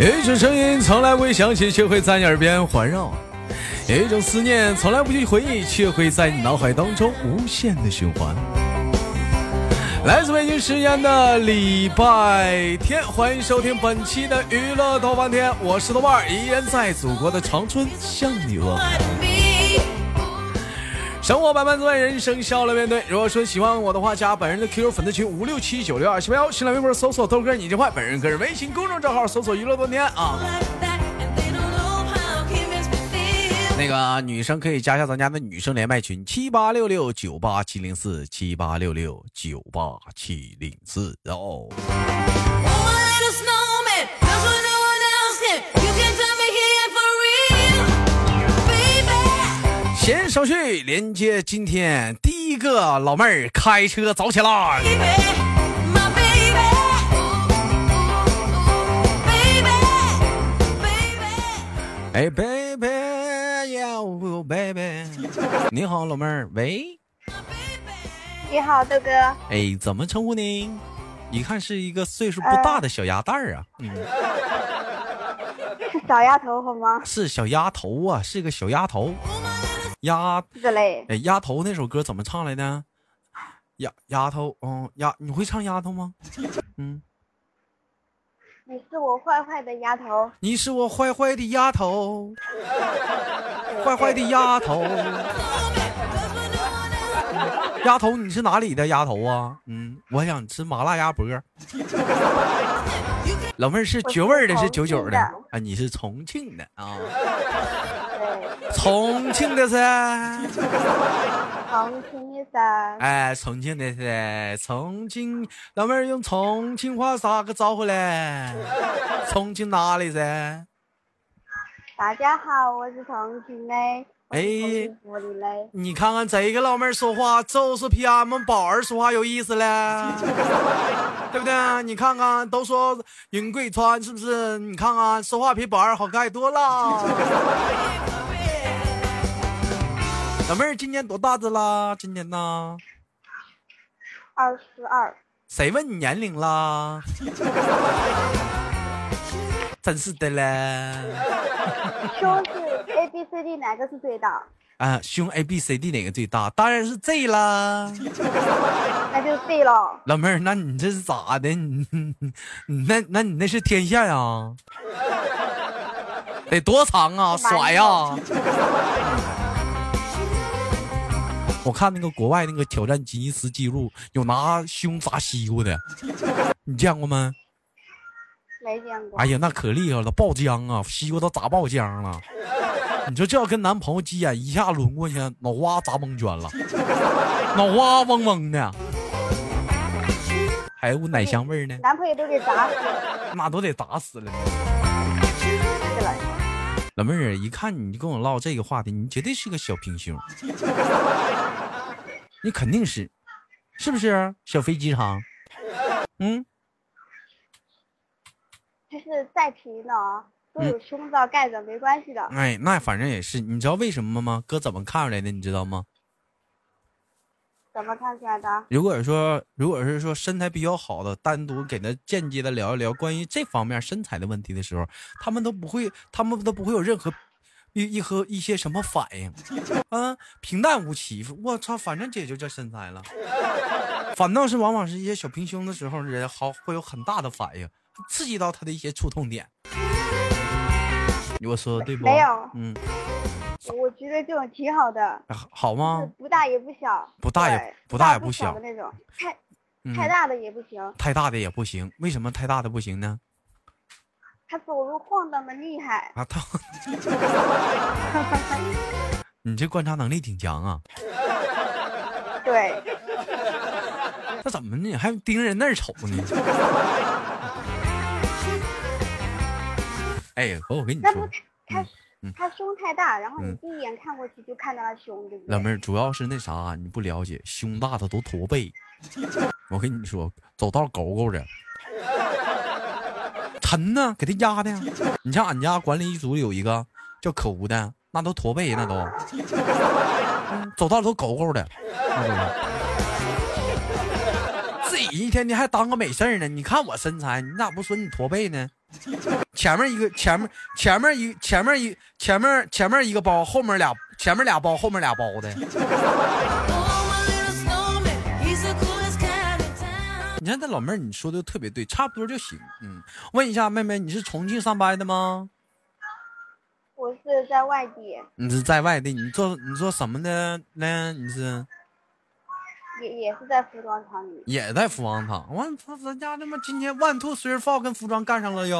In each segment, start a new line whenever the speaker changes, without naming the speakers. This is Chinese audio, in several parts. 有一种声音从来不会响起，却会在你耳边环绕；有一种思念从来不去回忆，却会在你脑海当中无限的循环。来自北京时间的礼拜天，欢迎收听本期的娱乐豆瓣天，我是豆瓣儿，依然在祖国的长春向你问好。生活百般滋味，人生笑来面对。如果说喜欢我的话，加本人的 QQ 粉丝群五六七九六二七八幺，新浪微博搜索豆哥你真坏，本人个人微信公众账号搜索娱乐多天啊。那个女生可以加一下咱家的女生连麦群七八六六九八七零四七八六六九八七零四哦。闲少叙，连接今天第一个老妹儿开车走起来。哎，baby，呀，我 baby，你好，老妹儿，喂，
你好，豆哥。
哎，怎么称呼您？一看是一个岁数不大的小鸭蛋儿啊，嗯，
是小丫头好吗？
是小丫头啊，是个小丫头，丫，
之类，
哎，丫头那首歌怎么唱来的？丫丫头，嗯，丫，你会唱丫头吗？嗯，
你是我坏坏的丫头，
你是我坏坏的丫头，坏坏的丫头，丫头，你是哪里的丫头啊？嗯，我想吃麻辣鸭脖。老妹儿是绝味儿的，
我
是
是
九九
重庆
的
的
啊，你是重庆的啊，
对，
重庆的噻。
重庆一噻，
哎，重庆的噻，重庆老妹儿用重庆话咋个招呼嘞？重庆哪里噻？
大家好，我是重庆的，
哎
我里嘞，
你看看这个老妹儿说话，就是比俺们宝儿说话有意思嘞，对不对？你看看，都说云贵川是不是？你看看说话比宝儿好看多了。老妹儿今年多大的啦？今年呢？
二十二，
谁问你年龄啦？真是的嘞！
说是 A B C D 哪个是最大？
啊，胸 A B C D 哪个最大？当然是 Z 啦。
那就 B 了。
老妹儿，那你这是咋的？你你那那你那是天线啊？得多长啊？甩呀、 我看那个国外那个挑战吉尼斯纪录，有拿胸砸西瓜的，你见过吗？
没见过。
哎呀，那可厉害了，爆浆啊，西瓜都砸爆浆了。你说这要跟男朋友急眼，一下抡过去，脑瓜砸蒙圈了，脑瓜嗡嗡的，还有股奶香味儿呢，
男朋友都给砸死了。
那都得打死了。
是了
老妹儿，一看你就跟我唠这个话题，你绝对是个小平胸，你肯定是，是不是小飞机场？嗯，
就是再皮呢，都有胸罩盖着，没关系的。
哎，那反正也是，你知道为什么吗？哥怎么看出来的？你知道吗？
怎么看出来的？
如果说，如果是说身材比较好的，单独给他间接的聊一聊关于这方面身材的问题的时候，他们都不会，他们都不会有任何一一和一些什么反应，啊，平淡无奇。我操，反正姐就这身材了，反倒是往往是一些小平胸的时候，人好会有很大的反应，刺激到他的一些触痛点。我说的对不？
没有
嗯，
我觉得这种挺好的，
好啊好
就是
吗？
不大也不小，
嗯不大也
对
不大也不
不
小
的那种，太
嗯，
太大的也不行。
太大的也不行，为什么太大的不行呢？
他走路晃荡的厉害，
啊，他， 你这观察能力挺强啊！
对，
那怎么呢？还盯人那儿瞅 呢？哎，我跟你
那不
说，
他
嗯
他胸太大，然后你
嗯
第一眼看过去就看到他胸，对不
老
对？
妹儿，主要是那啥，啊你不了解，胸大的都驼背。我跟你说，走道狗狗的，沉呢，给他压的呀。你像俺家管理一组有一个叫可吴的，那都驼背，那都，嗯走道都狗狗的，那都是。自己一天天还当个美事儿呢，你看我身材，你咋不说你驼背呢？前面一个，前面前面一前面一前面前面一个包，后面俩前面俩包，后面俩包的。你看这老妹儿，你说的特别对，差不多就行。嗯，问一下妹妹，你是重庆上班的吗？
我是在外地，
你是在外地，你做你做什么的呢？你是
也也是在服装厂里。
也在服装厂？我操，咱家他妈今天万兔随 e 放跟服装干上了又。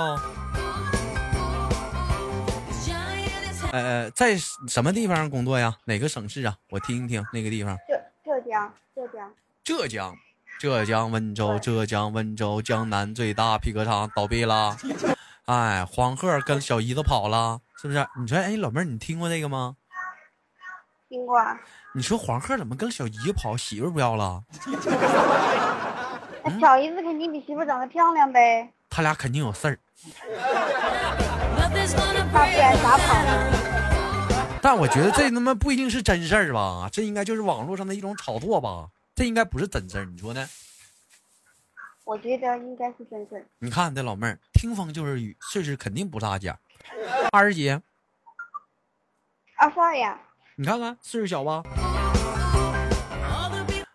呃，在什么地方工作呀？哪个省市啊？我听一听那个地方。
浙浙江，浙江，
浙江，浙江温州，
对
浙江温州，江南最大皮革厂倒闭啦。哎，黄鹤跟小姨子跑了，是不是？你说，哎，老妹儿，你听过这个吗？
听过啊？
你说黄鹤怎么跟小姨子跑，媳妇儿不要了？嗯
那小姨子肯定比媳妇长得漂亮呗，
他俩肯定有事儿。
那不然咋跑呢？
但我觉得这他妈不一定是真事儿吧？这应该就是网络上的一种炒作吧？这应该不是真事儿，你说呢？
我觉得应该是真事儿。
你看这老妹儿，听风就是雨，岁数肯定不大假。二师姐，
二十二呀，
你看看岁数小吧？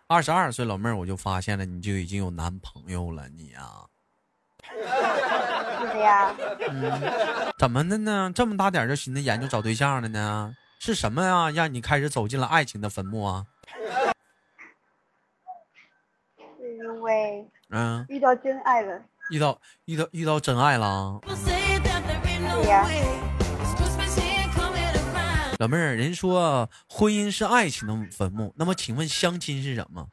二十二岁老妹儿，我就发现了，你就已经有男朋友了，你啊呀、
是的呀，
怎么的呢？这么大点儿就寻思研究找对象了呢？是什么呀，让你开始走进了爱情的坟墓啊？
是因为
嗯，
遇到真爱了。
遇到遇到遇到真爱了，啊老妹儿，人说婚姻是爱情的坟墓，那么请问相亲是什么？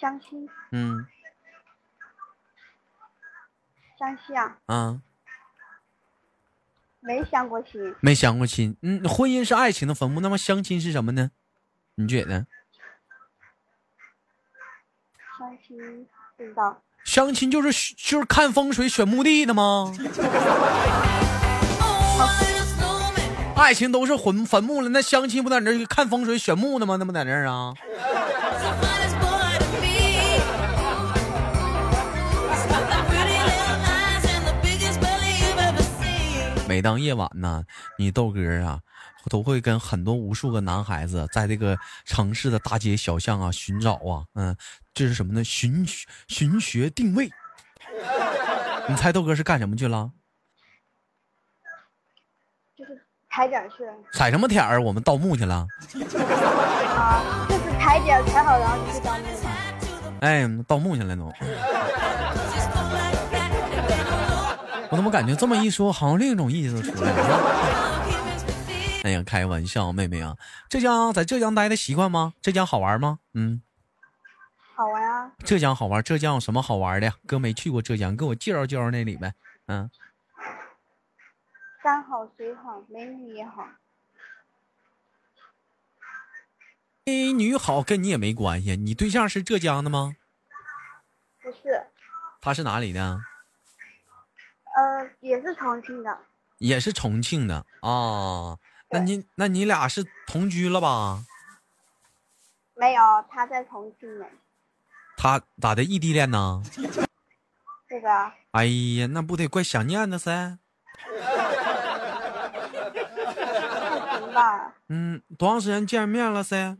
相亲，
嗯
相亲啊，
啊，
没相过亲，
没相过亲。嗯，婚姻是爱情的坟墓，那么相亲是什么呢？你觉得？
相亲不知道。
相亲就是就是看风水选墓地的吗？爱情都是坟坟墓了，那相亲不在那儿看风水选墓呢吗？那不在那儿啊？每当夜晚呢，你豆哥啊，都会跟很多无数个男孩子在这个城市的大街小巷啊寻找啊，嗯，这是什么呢？寻寻学定位。 你猜豆哥是干什么去了？
就是踩点儿去
踩什么点儿？我们盗墓去了。
啊，就是踩点儿踩好，然后你去当兵嘛。
哎，盗墓去了都。我怎么感觉这么一说，好像另一种意思出来了？哎呀，开玩笑，妹妹啊，浙江在浙江待的习惯吗？浙江好玩吗？嗯，
好玩啊，
浙江好玩，浙江有什么好玩的呀？哥没去过浙江，给我介绍介绍那里呗。嗯，
山好水好，美女也好，
美女好跟你也没关系，你对象是浙江的吗？
不是，
他是哪里的？
呃，也是重庆的，
也是重庆的啊。那
对
你那你俩是同居了吧？
没有，他在重庆呢。
他咋的异地恋呢？
这个
哎呀，那不得怪想念的噻。
不行吧，
嗯，多长时间见面了噻？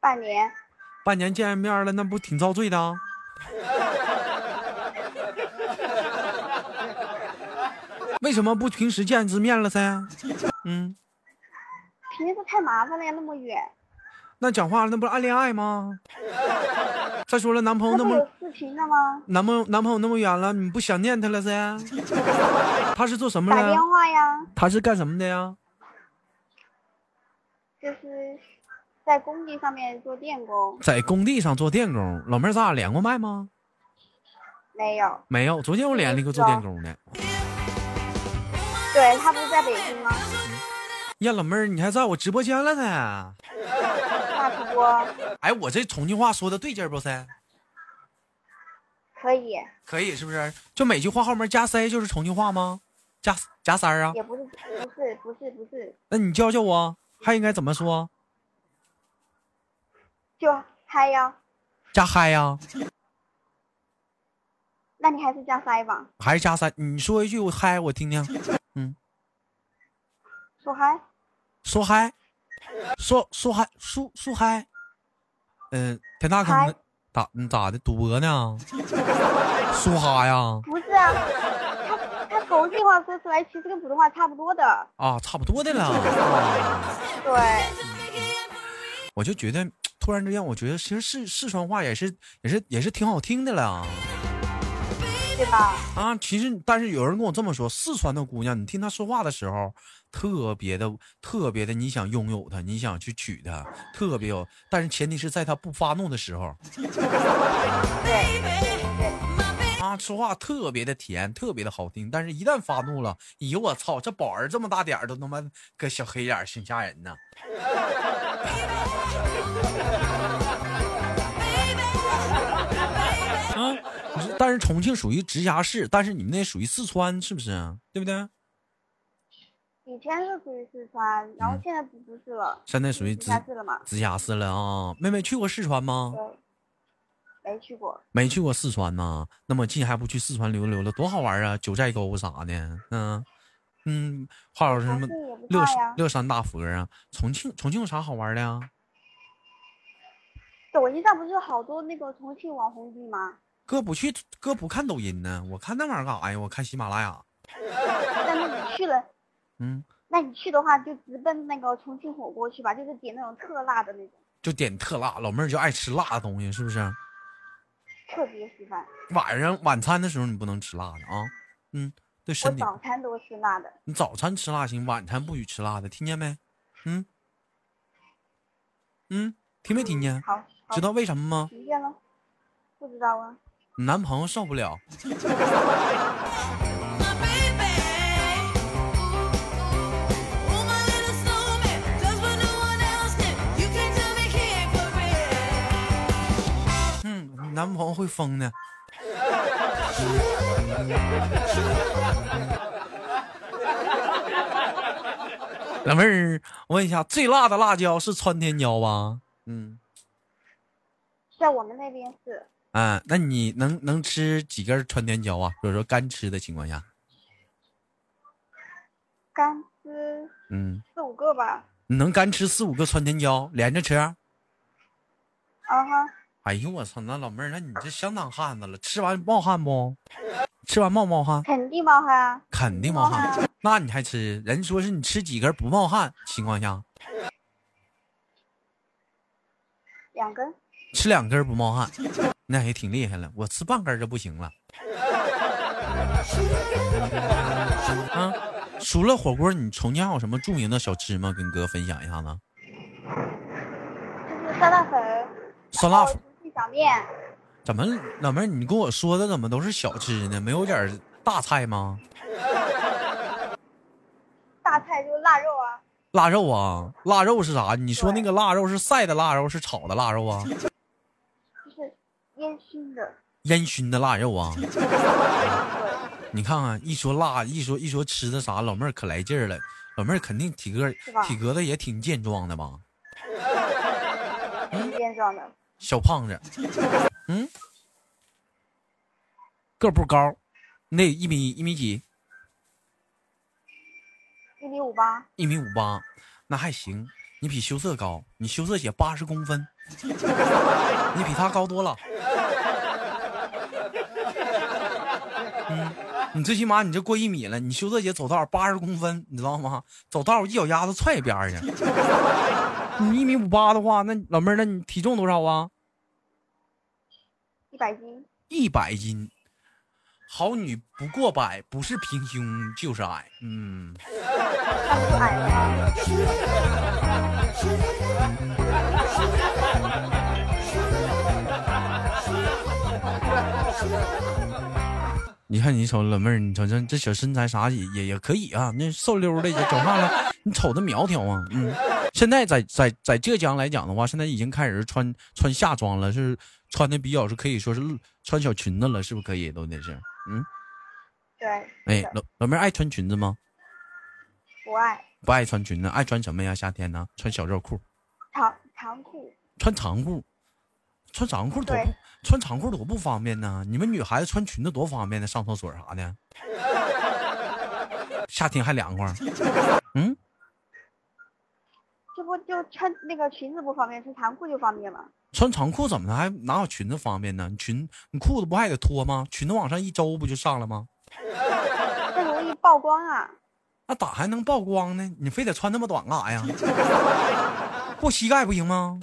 半年
半年见面了，那不挺遭罪的 啊？为什么不平时见一次面了噻？嗯，
平时太麻烦了呀，那么远，
那讲话了，那不是暗恋爱吗？再说了，男朋友
那
哦那
不
么
有事情的吗？
男朋友男朋友那么远了，你不想念他了 噻？他是做什么
打
的
电？话呀，
他是干什么的呀？
就是在工地上面做电工，
在工地上做电工。老妹儿，咱俩连过麦吗？
没有。
没有，昨天我连了一个做电工的。
对他不是在北京吗？
呀，老妹儿，你还在我直播间了呢？
那主播
哎，我这重庆话说的对劲儿不噻？
可以，
可以是不是？就每句话后面加塞就是重庆话吗？加加塞儿啊？
也不是，不是，不是，不是，
那你教教我，还应该怎么说？
就嗨呀，
加嗨呀、
那你还是加塞吧，
还是加塞？你说一句我嗨，我听听。
说嗨，
说嗨，说说嗨，说说嗨。嗯、田大坑
嗨
呢咋嗯咋的？赌博呢？ 说哈呀？
不是啊，他他重庆话说出来其实跟普通话差不多的，
啊，差不多的了。
对，
我就觉得突然之间，我觉得其实四四川话也是也是也是挺好听的了
对吧？
啊。其实，但是有人跟我这么说，四川的姑娘，你听她说话的时候，特别的特别的，你想拥有她，你想去娶她，特别有，但是前提是在她不发怒的时候
对，
啊，说话特别的甜，特别的好听。但是，一旦发怒了，哎呦我操，这宝儿这么大点儿都他妈个小黑眼儿，挺吓人呢。啊，不是但是重庆属于直辖市，但是你们那属于四川，是不是？对不对？
以前是属于四川，然后现在不不是了，
现在嗯属于直
下市了嘛？
直辖市了啊。妹妹去过四川吗
对？，没去过，
没去过四川呢。那么近还不去四川溜达溜达，多好玩啊！九寨沟啥的，嗯嗯，华老师什
重
么
庆也不
乐
差
山
呀。
乐山大佛啊。重庆重庆有啥好玩的呀？
抖音上不是有好多那个重庆网红地吗？
哥不去，哥不看抖音呢，我看那玩意儿干啥呀？我看喜马拉雅。
但是你去了，
嗯，
那你去的话就直奔那个重庆火锅去吧，就是点那种特辣的那种，
就点特辣，老妹儿就爱吃辣的东西，是不是？
特别喜欢。
晚上晚餐的时候你不能吃辣的啊，嗯，对
我
身体。
早餐都吃辣的，
你早餐吃辣行，晚餐不许吃辣的，听见没？嗯，嗯，听没听见？
好，好
知道为什么吗？
听见了？不知道啊，
你男朋友受不了。嗯，你男朋友会疯的。 老妹儿，我问一下，最辣的辣椒是川天椒吧？嗯，
在我们那边是
啊，那你能能吃几根川天椒啊？比如说干吃的情况下，
干吃
嗯，
四五个吧，
你能干吃四五个川天椒连着吃？
啊哈，
哎呦我操，那老妹儿，那你这相当汉子了，吃完冒汗不？吃完冒不冒汗？
肯定冒汗啊，
肯定冒
冒汗
汗。那你还吃？人说是你吃几根不冒汗情况下，
两根，
吃两根不冒汗，那也挺厉害了。我吃半根就不行了。啊，除了火锅，你重庆还有什么著名的小吃吗？跟哥分享一下呢？
就是酸辣粉，
酸辣
粉
粉，，
鸡小面，
怎么老妹儿，你跟我说的怎么都是小吃呢？没有点儿大菜吗？
大菜就是腊肉啊，
腊肉啊，腊肉是啥？你说
对
那个腊肉是晒的腊肉，是炒的腊肉啊？
就是烟熏的，
烟熏的腊肉啊？
对，
你看看，一说辣，一说一说吃的啥，老妹儿可来劲儿了。老妹儿肯定体格
是吧
体格子也挺健壮的吧？
是烟状的，
小胖子，嗯，个儿不高，你得一米一米几，
一米五八，
一米五八，那还行。你比羞涩高，你羞涩姐八十公分，你比她高多了。嗯，你最起码你这过一米了，你羞涩姐走道八十公分，你知道吗？走道一脚丫子踹一边儿去。 你一米五八的话，那老妹儿，那你体重多少啊？
一百斤，
一百斤。好女不过百，不是平胸就是矮。嗯，
那不就矮了吗？
你看你瞅老妹儿，你瞅这这小身材啥也也也可以啊，那瘦溜儿的也整上了，你瞅着苗条啊。嗯，现在在在在浙江来讲的话，现在已经开始穿穿夏装了，是穿的比较是可以说是穿小裙子了，是不是可以都得是？嗯，
对，
哎
是，的
老老妹儿爱穿裙子吗？
不爱，
不爱穿裙子，爱穿什么呀？夏天呢，穿小热裤，
长长裤，
穿长裤。穿长裤多不
对
穿长裤多不方便呢？你们女孩子穿裙子多方便呢，上厕所啥的， 夏天还凉快。嗯，
这不就穿那个裙子不方便，穿长裤就方便了。
穿长裤怎么的还哪有裙子方便呢？你裙你裤子不还得脱吗？裙子往上一周不就上了吗？
这容易曝光啊！
那咋还能曝光呢？你非得穿那么短干啥呀？过膝盖不行吗？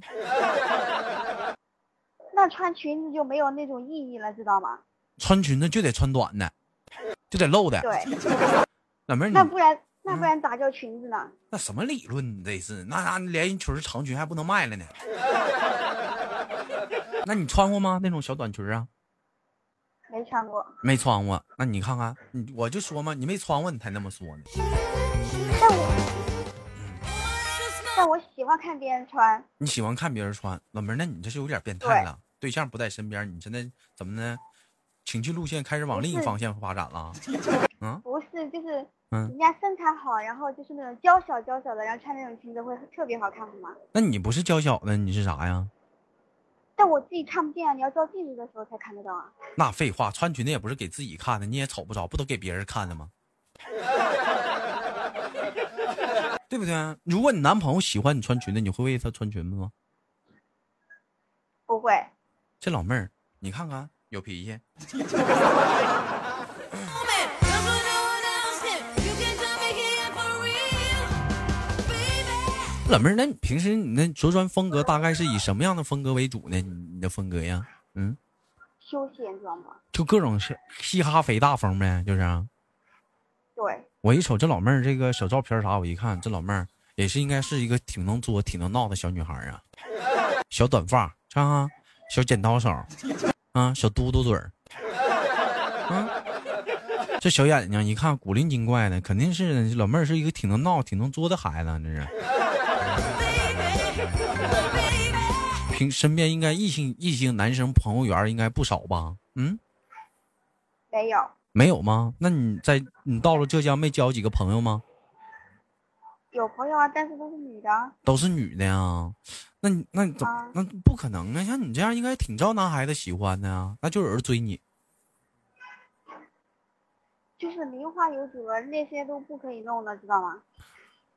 那穿裙子就没有那种意义了，知道吗？
穿裙子就得穿短的，就得露的。
对，
老妹儿，你
那不然那
嗯
不然咋叫裙子呢？
那什么理论？你这是那那连衣裙儿长裙还不能卖了呢？那你穿过吗？那种小短裙儿啊？
没穿过，
没穿过。那你看看，你我就说嘛，你没穿过你才那么说呢。
但我
嗯
但我喜欢看别人穿，
你喜欢看别人穿，老妹儿，那你这是有点变态了。对象不在身边，你现在怎么呢？情趣路线开始往另一方向发展了。
不是就是
嗯
人家身材好，然后就是那种娇小娇小的，然后穿那种裙子会特别好看，好吗？
那你不是娇小的，你是啥呀？
但我自己看不见啊，你要照镜子的时候才看得到啊。
那废话，穿裙子也不是给自己看的，你也瞅不着，不都给别人看的吗？ 对不对？啊如果你男朋友喜欢你穿裙子，你会为他穿裙子吗？
不会，
这老妹儿，你看看有脾气。老妹儿，那你平时你那着装风格大概是以什么样的风格为主呢？你你的风格呀，嗯，
休闲装嘛。
就各种是嘻哈肥大风呗，就是啊、
对，
我一瞅这老妹儿这个小照片啥，我一看这老妹儿也是应该是一个挺能作、挺能闹的小女孩啊，小短发，看啊，小剪刀手，啊，小嘟嘟嘴儿，啊，这小眼睛一看古灵精怪的，肯定是这老妹儿是一个挺能闹、挺能作的孩子，啊这是。平身边应该异性异性男生朋友缘儿应该不少吧？嗯，
没有，
没有吗？那你在你到了浙江没交几个朋友吗？
有朋友啊，但是都是女的啊。
都是女的呀，那你那你怎么、
啊
那不可能啊？像你这样应该挺招男孩子喜欢的呀，那就有人追你。
就是名花有主了，那些都不可以弄的，知道吗？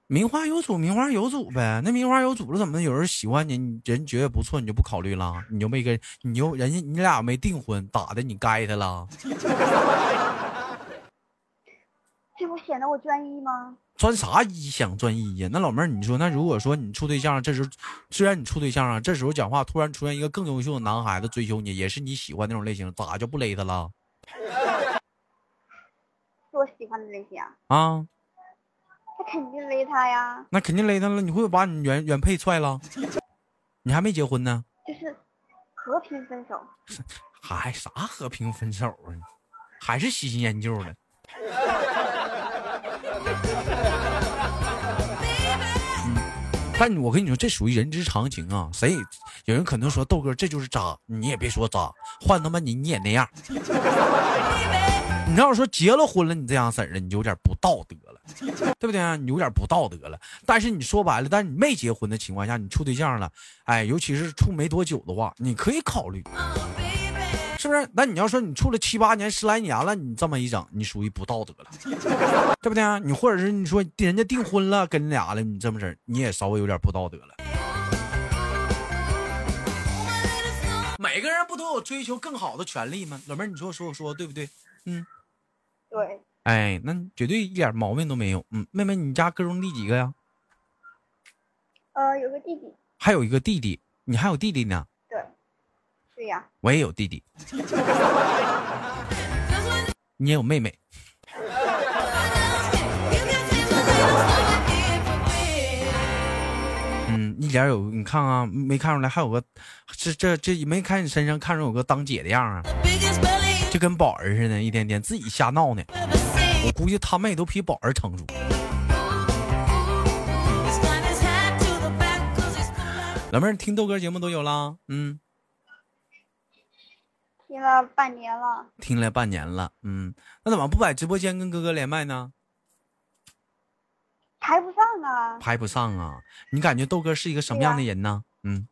名花有主，名花有主呗。那名花有主了，怎么有人喜欢你？你人觉得不错，你就不考虑了？你就没跟你就人家你俩没订婚，咋的？你该他了？
这不显得我专一吗？
专啥一想专一呀？那老妹儿，你说那如果说你处对象，这时候虽然你处对象啊，这时候讲话突然出现一个更优秀的男孩子追求你，也是你喜欢那种类型，咋就不勒他了
是我喜欢的类型啊，
啊？
那肯定勒他呀。
那肯定勒他了，你会把你原原配踹了。你还没结婚呢，
就是和平分手，
还啥和平分手啊？还是喜新厌旧的。但我跟你说，这属于人之常情啊。谁有人可能说豆哥这就是渣，你也别说渣，换他妈你你也那样。你要是说结了婚了，你这样式儿的，你就有点不道德了，对不对啊？你有点不道德了。但是你说白了，但是你没结婚的情况下，你处对象了，哎，尤其是处没多久的话，你可以考虑，是不是？那你要说你处了七八年、十来年了，你这么一整，你属于不道德了， 对不对啊？你或者是你说人家订婚了，跟你俩了，你这么式儿，你也稍微有点不道德了。每个人不都有追求更好的权利吗？老妹儿，你说说我说对不对？
对，
哎，那绝对一点毛病都没有。嗯，妹妹，你家哥兄弟几个呀？
呃，有个弟弟，
还有一个弟弟，你还有弟弟呢？
对，对呀、
我也有弟 弟，你也有妹妹。嗯，一点有，你看啊，没看出来，还有个，这这这没看你身上看着有个当姐的样啊，就跟宝儿似的，一天天自己瞎闹呢。我估计他妹都比宝儿成熟。老妹儿，听豆哥节目都有啦，嗯，
听了半年了，
听了半年了，嗯，那怎么不在直播间跟哥哥连麦呢？
排不上啊，
排不上啊！你感觉豆哥是一个什么样的人呢？嗯，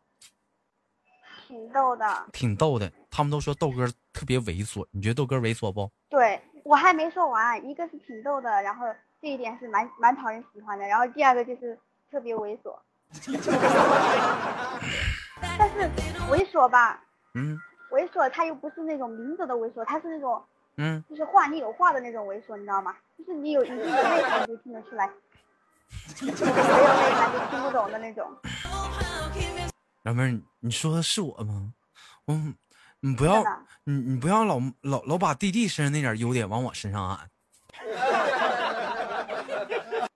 挺逗的。
挺逗的。他们都说豆哥特别猥琐，你觉得豆哥猥琐不？
对我还没说完，一个是挺逗的，然后这一点是蛮蛮讨人喜欢的，然后第二个就是特别猥琐。但是猥琐吧，
嗯
猥琐他又不是那种明着的猥琐，他是那种
嗯，
就是话里有话的那种猥琐，你知道吗？就是你有一定的内涵就听得出来，没有内涵就听不懂的那种。
老妹儿，你你说的是我吗？嗯，你不
真
要
的呢
你你不要老老老把弟弟身上那点优点往我身上按。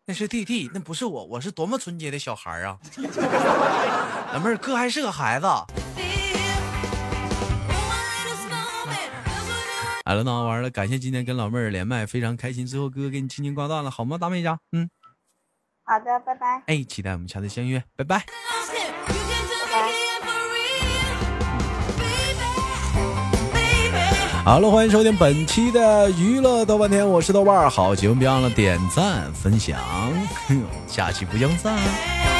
那是弟弟，那不是我，我是多么纯洁的小孩儿啊！ 老妹儿，哥还是个孩子。好了，那完了，感谢今天跟老妹儿连麦，非常开心。最后哥哥给你轻轻挂断了，好吗，大妹家？嗯，
好的，拜拜。
哎，期待我们下次相约，拜拜。好了，欢迎收听本期的娱乐豆瓣天，我 是豆瓣儿。好，节目别忘了点赞、分享，下期不见不散。
Yeah.